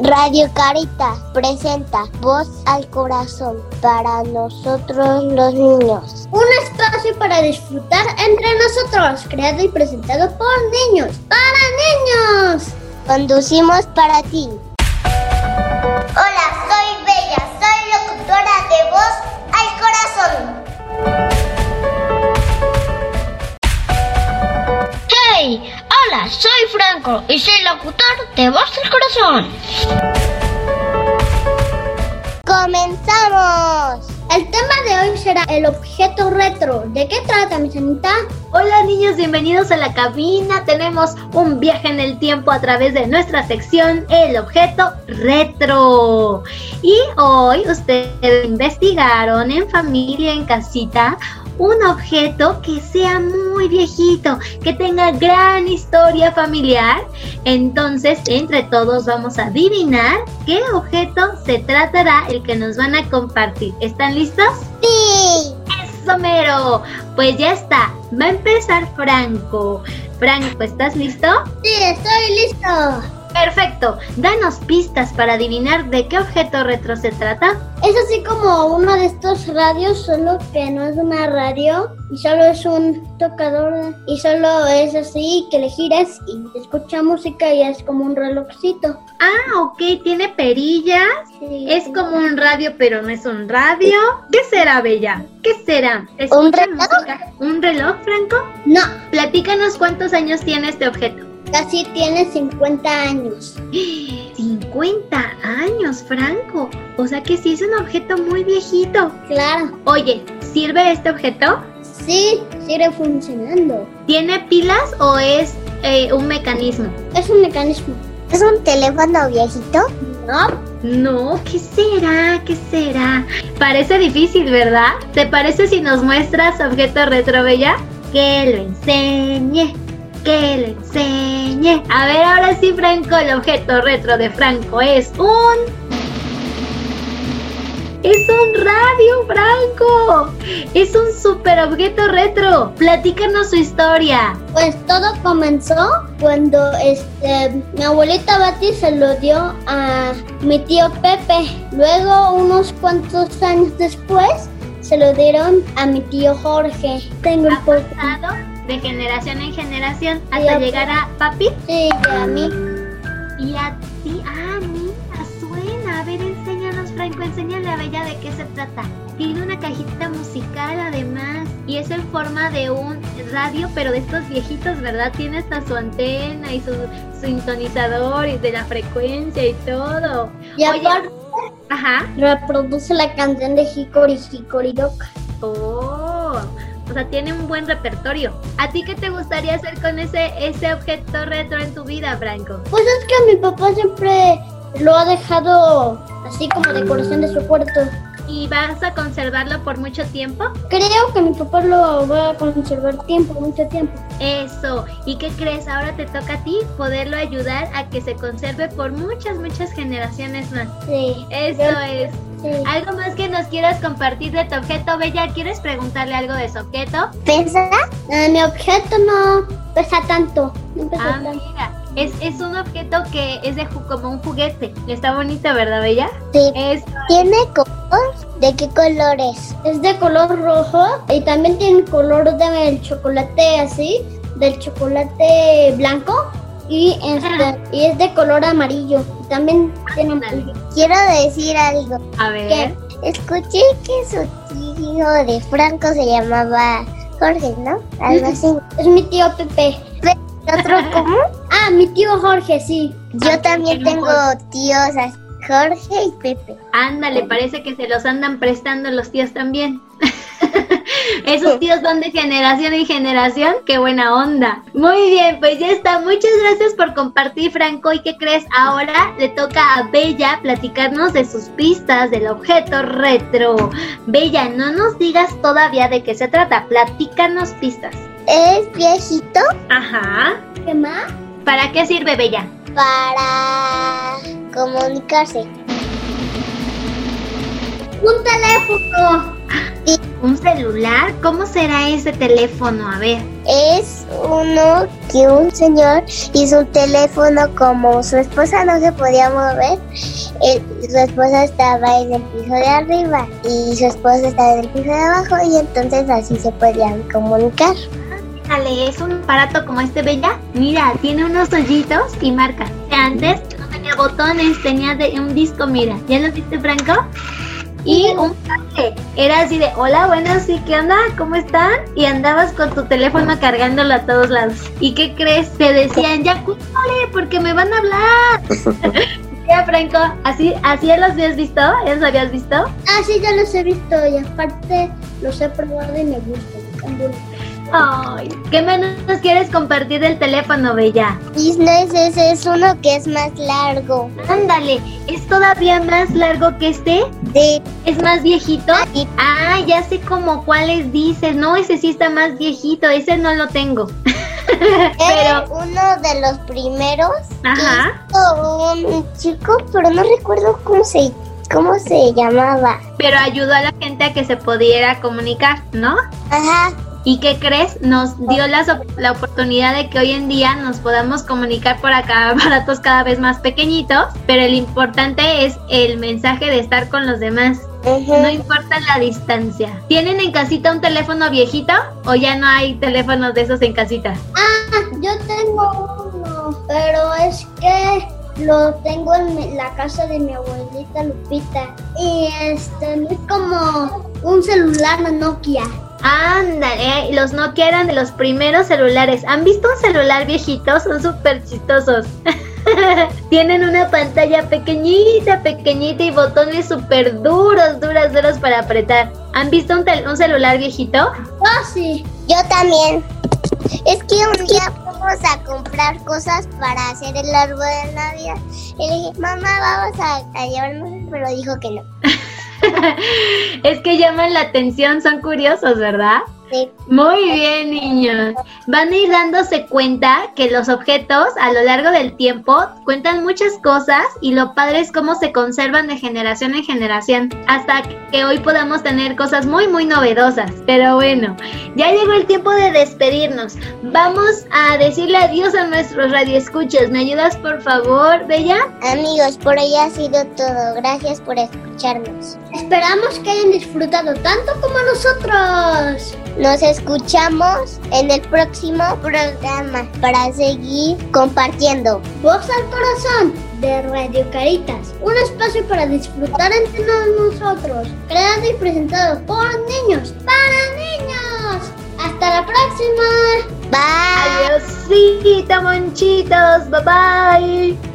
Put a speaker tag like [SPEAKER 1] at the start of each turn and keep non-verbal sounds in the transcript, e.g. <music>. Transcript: [SPEAKER 1] Radio Caritas presenta Voz al Corazón para nosotros los niños.
[SPEAKER 2] Un espacio para disfrutar entre nosotros, creado y presentado por niños, para niños.
[SPEAKER 1] Conducimos para ti.
[SPEAKER 3] Hola, soy Bella, soy locutora de Voz al Corazón.
[SPEAKER 4] Hey, hola, soy Franco y soy locutor de Voz del Corazón.
[SPEAKER 1] ¡Comenzamos!
[SPEAKER 2] El tema de hoy será el objeto retro. ¿De qué trata, mi sanita?
[SPEAKER 5] Hola niños, bienvenidos a la cabina. Tenemos un viaje en el tiempo a través de nuestra sección El objeto retro. Y hoy ustedes investigaron en familia, en casita, un objeto que sea muy viejito, que tenga gran historia familiar. Entonces, entre todos vamos a adivinar qué objeto se tratará el que nos van a compartir. ¿Están listos?
[SPEAKER 1] ¡Sí!
[SPEAKER 5] ¡Eso mero! Pues ya está, va a empezar Franco. Franco, ¿estás listo?
[SPEAKER 2] Sí, estoy listo.
[SPEAKER 5] Perfecto, danos pistas para adivinar de qué objeto retro se trata.
[SPEAKER 2] Es así como uno de estos radios, solo que no es una radio y solo es un tocador y solo es así que le giras y te escucha música y es como un relojcito.
[SPEAKER 5] Ah, ok, tiene perillas.
[SPEAKER 2] Sí.
[SPEAKER 5] Es como un radio, pero no es un radio. ¿Qué será, Bella? ¿Qué será?
[SPEAKER 1] ¿Un
[SPEAKER 5] ¿Escucha
[SPEAKER 1] reloj?
[SPEAKER 5] música? ¿Un reloj, Franco?
[SPEAKER 2] No,
[SPEAKER 5] Platícanos cuántos años tiene este objeto.
[SPEAKER 2] casi tiene 50 años.
[SPEAKER 5] 50 años, Franco. O sea que sí es un objeto muy viejito.
[SPEAKER 2] Claro,
[SPEAKER 5] Oye, ¿sirve este objeto?
[SPEAKER 2] sí, sigue funcionando.
[SPEAKER 5] ¿Tiene pilas o es eh, un mecanismo?
[SPEAKER 2] Es un mecanismo.
[SPEAKER 1] ¿Es un teléfono viejito?
[SPEAKER 2] No,
[SPEAKER 5] No, ¿qué será? ¿Qué será? Parece difícil, ¿verdad? ¿Te parece si nos muestras objeto retro, Bella? Que lo enseñe, que lo enseñe. A ver, ahora sí, Franco, el objeto retro de Franco es un... Es un radio, Franco. Es un super objeto retro. Platícanos su historia.
[SPEAKER 2] Pues todo comenzó cuando este mi abuelita Betty se lo dio a mi tío Pepe. Luego, unos cuantos años después, se lo dieron a mi tío Jorge. Tengo el
[SPEAKER 5] Ha
[SPEAKER 2] poco
[SPEAKER 5] pasado de generación en generación
[SPEAKER 2] Sí,
[SPEAKER 5] hasta
[SPEAKER 2] ok.
[SPEAKER 5] llegar a papi.
[SPEAKER 2] de a mí.
[SPEAKER 5] Y a ti, ah, mira, suena. A ver, enséñanos, Franco, enséñale a Bella de qué se trata. Tiene una cajita musical además y es en forma de un radio, pero de estos viejitos, ¿verdad? Tiene hasta su antena y su su sintonizador y de la frecuencia y todo.
[SPEAKER 2] Y
[SPEAKER 5] Oye,
[SPEAKER 2] aparte,
[SPEAKER 5] Ajá.
[SPEAKER 2] reproduce la canción de Hickory Hickory Dock.
[SPEAKER 5] Oh, o sea, tiene un buen repertorio. ¿A ti qué te gustaría hacer con ese, ese objeto retro en tu vida, Franco?
[SPEAKER 2] Pues es que mi papá siempre lo ha dejado así como decoración de su cuarto.
[SPEAKER 5] ¿Y vas a conservarlo por mucho tiempo?
[SPEAKER 2] Creo que mi papá lo va a conservar tiempo, mucho tiempo.
[SPEAKER 5] Eso. ¿Y qué crees? Ahora te toca a ti poderlo ayudar a que se conserve por muchas, muchas generaciones más.
[SPEAKER 2] Sí,
[SPEAKER 5] Eso es.
[SPEAKER 2] sí.
[SPEAKER 5] ¿Algo más que nos quieras compartir de tu objeto, Bella? ¿Quieres preguntarle algo de su objeto?
[SPEAKER 1] ¿Pesa?
[SPEAKER 2] Eh, mi objeto no pesa tanto. No pesa
[SPEAKER 5] Ah,
[SPEAKER 2] tanto.
[SPEAKER 5] mira. Es, es un objeto que es de ju- como un juguete. Está bonito, ¿verdad, Bella?
[SPEAKER 1] Sí.
[SPEAKER 5] Es
[SPEAKER 1] ¿Tiene color? ¿De qué colores?
[SPEAKER 2] Es de color rojo y también tiene el color del chocolate así, del chocolate blanco y, este, y es de color amarillo. También tiene amarillo.
[SPEAKER 1] Quiero decir algo.
[SPEAKER 5] A ver.
[SPEAKER 2] ¿Qué?
[SPEAKER 1] Escuché que su tío de Franco se llamaba Jorge, ¿no? Algo así.
[SPEAKER 2] <laughs> Es mi tío Pepe. <laughs>
[SPEAKER 1] ¿Otro cómo?
[SPEAKER 2] Ah, mi tío Jorge, sí. Ah,
[SPEAKER 1] Yo también tengo tíos así, Jorge y Pepe.
[SPEAKER 5] Ándale, parece que se los andan prestando los tíos también. <laughs> Esos tíos van de generación en generación, qué buena onda. Muy bien, pues ya está. Muchas gracias por compartir, Franco. ¿Y qué crees? Ahora le toca a Bella platicarnos de sus pistas del objeto retro. Bella, no nos digas todavía de qué se trata. Platícanos pistas.
[SPEAKER 1] Es viejito
[SPEAKER 5] Ajá.
[SPEAKER 2] ¿Qué más?
[SPEAKER 5] ¿Para qué sirve, Bella?
[SPEAKER 1] para comunicarse.
[SPEAKER 2] Un teléfono.
[SPEAKER 5] ¿Un celular? ¿Cómo será ese teléfono? A ver.
[SPEAKER 1] Es uno que un señor hizo un teléfono como su esposa no se podía mover, el- su esposa estaba en el piso de arriba y su esposa estaba en el piso de abajo y entonces así se podían comunicar.
[SPEAKER 5] Ale, es un aparato como este, Bella. Mira, tiene unos hoyitos y marcas. Que Antes no tenía botones, tenía de- un disco, mira. ¿Ya lo viste, Franco? Y un cable. Era así de, hola, bueno, sí, ¿qué onda? ¿Cómo están? Y andabas con tu teléfono cargándolo a todos lados. ¿Y qué crees? Te decían, ya cúrale, porque me van a hablar. Ya, Franco, ¿así, así ya los habías visto? ¿Ya los habías visto?
[SPEAKER 2] Ah, sí, ya los he visto y aparte los he probado y me gustan. están buenos.
[SPEAKER 5] Ay, ¿qué menos quieres compartir del teléfono, Bella?
[SPEAKER 1] Disney ese es uno que es más largo.
[SPEAKER 5] Ándale, es todavía más largo que este,
[SPEAKER 1] Sí,
[SPEAKER 5] es más viejito.
[SPEAKER 1] y-
[SPEAKER 5] Ah, ya sé como cuáles dices. No, ese sí está más viejito, ese no lo tengo.
[SPEAKER 1] era
[SPEAKER 5] Pero,
[SPEAKER 1] uno de los primeros
[SPEAKER 5] ajá.
[SPEAKER 1] hizo un Oh, chico, pero no recuerdo cómo se, cómo se llamaba.
[SPEAKER 5] Pero ayudó a la gente a que se pudiera comunicar, ¿no?
[SPEAKER 1] Ajá,
[SPEAKER 5] ¿Y qué crees? Nos dio la, so- la oportunidad de que hoy en día nos podamos comunicar por acá <laughs> aparatos cada vez más pequeñitos, pero el importante es el mensaje de estar con los demás.
[SPEAKER 1] ujú.
[SPEAKER 5] No importa la distancia. ¿Tienen en casita un teléfono viejito o ya no hay teléfonos de esos en casita?
[SPEAKER 2] Ah, yo tengo uno, pero es que lo tengo en mi- la casa de mi abuelita Lupita. Y este es como un celular Nokia.
[SPEAKER 5] Ándale, eh, los Nokia eran de los primeros celulares. ¿Han visto un celular viejito? Son súper chistosos. <laughs> Tienen una pantalla pequeñita, pequeñita y botones súper duros, duras, duros para apretar. ¿Han visto un, tel- un celular viejito?
[SPEAKER 2] Ah, sí.
[SPEAKER 1] Yo también. Es que un día fuimos a comprar cosas para hacer el árbol de Navidad. Y le dije, mamá, vamos a, a llevarnos, pero dijo que no.
[SPEAKER 5] Es que llaman la atención, son curiosos, ¿verdad?
[SPEAKER 1] Sí.
[SPEAKER 5] Muy bien, niños. Van a ir dándose cuenta que los objetos a lo largo del tiempo cuentan muchas cosas y lo padre es cómo se conservan de generación en generación hasta que hoy podamos tener cosas muy, muy novedosas. Pero bueno, ya llegó el tiempo de despedirnos. Vamos a decirle adiós a nuestros radioescuchas. ¿Me ayudas, por favor, Bella?
[SPEAKER 1] Amigos, por hoy ha sido todo. Gracias por escucharnos.
[SPEAKER 2] Esperamos que hayan disfrutado tanto como nosotros.
[SPEAKER 1] Nos escuchamos en el próximo programa para seguir compartiendo.
[SPEAKER 2] Voz al corazón de Radio Caritas, un espacio para disfrutar entre nosotros, creado y presentado por niños para niños. Hasta la próxima.
[SPEAKER 1] Bye.
[SPEAKER 5] Adiósito, monchitos. Bye bye.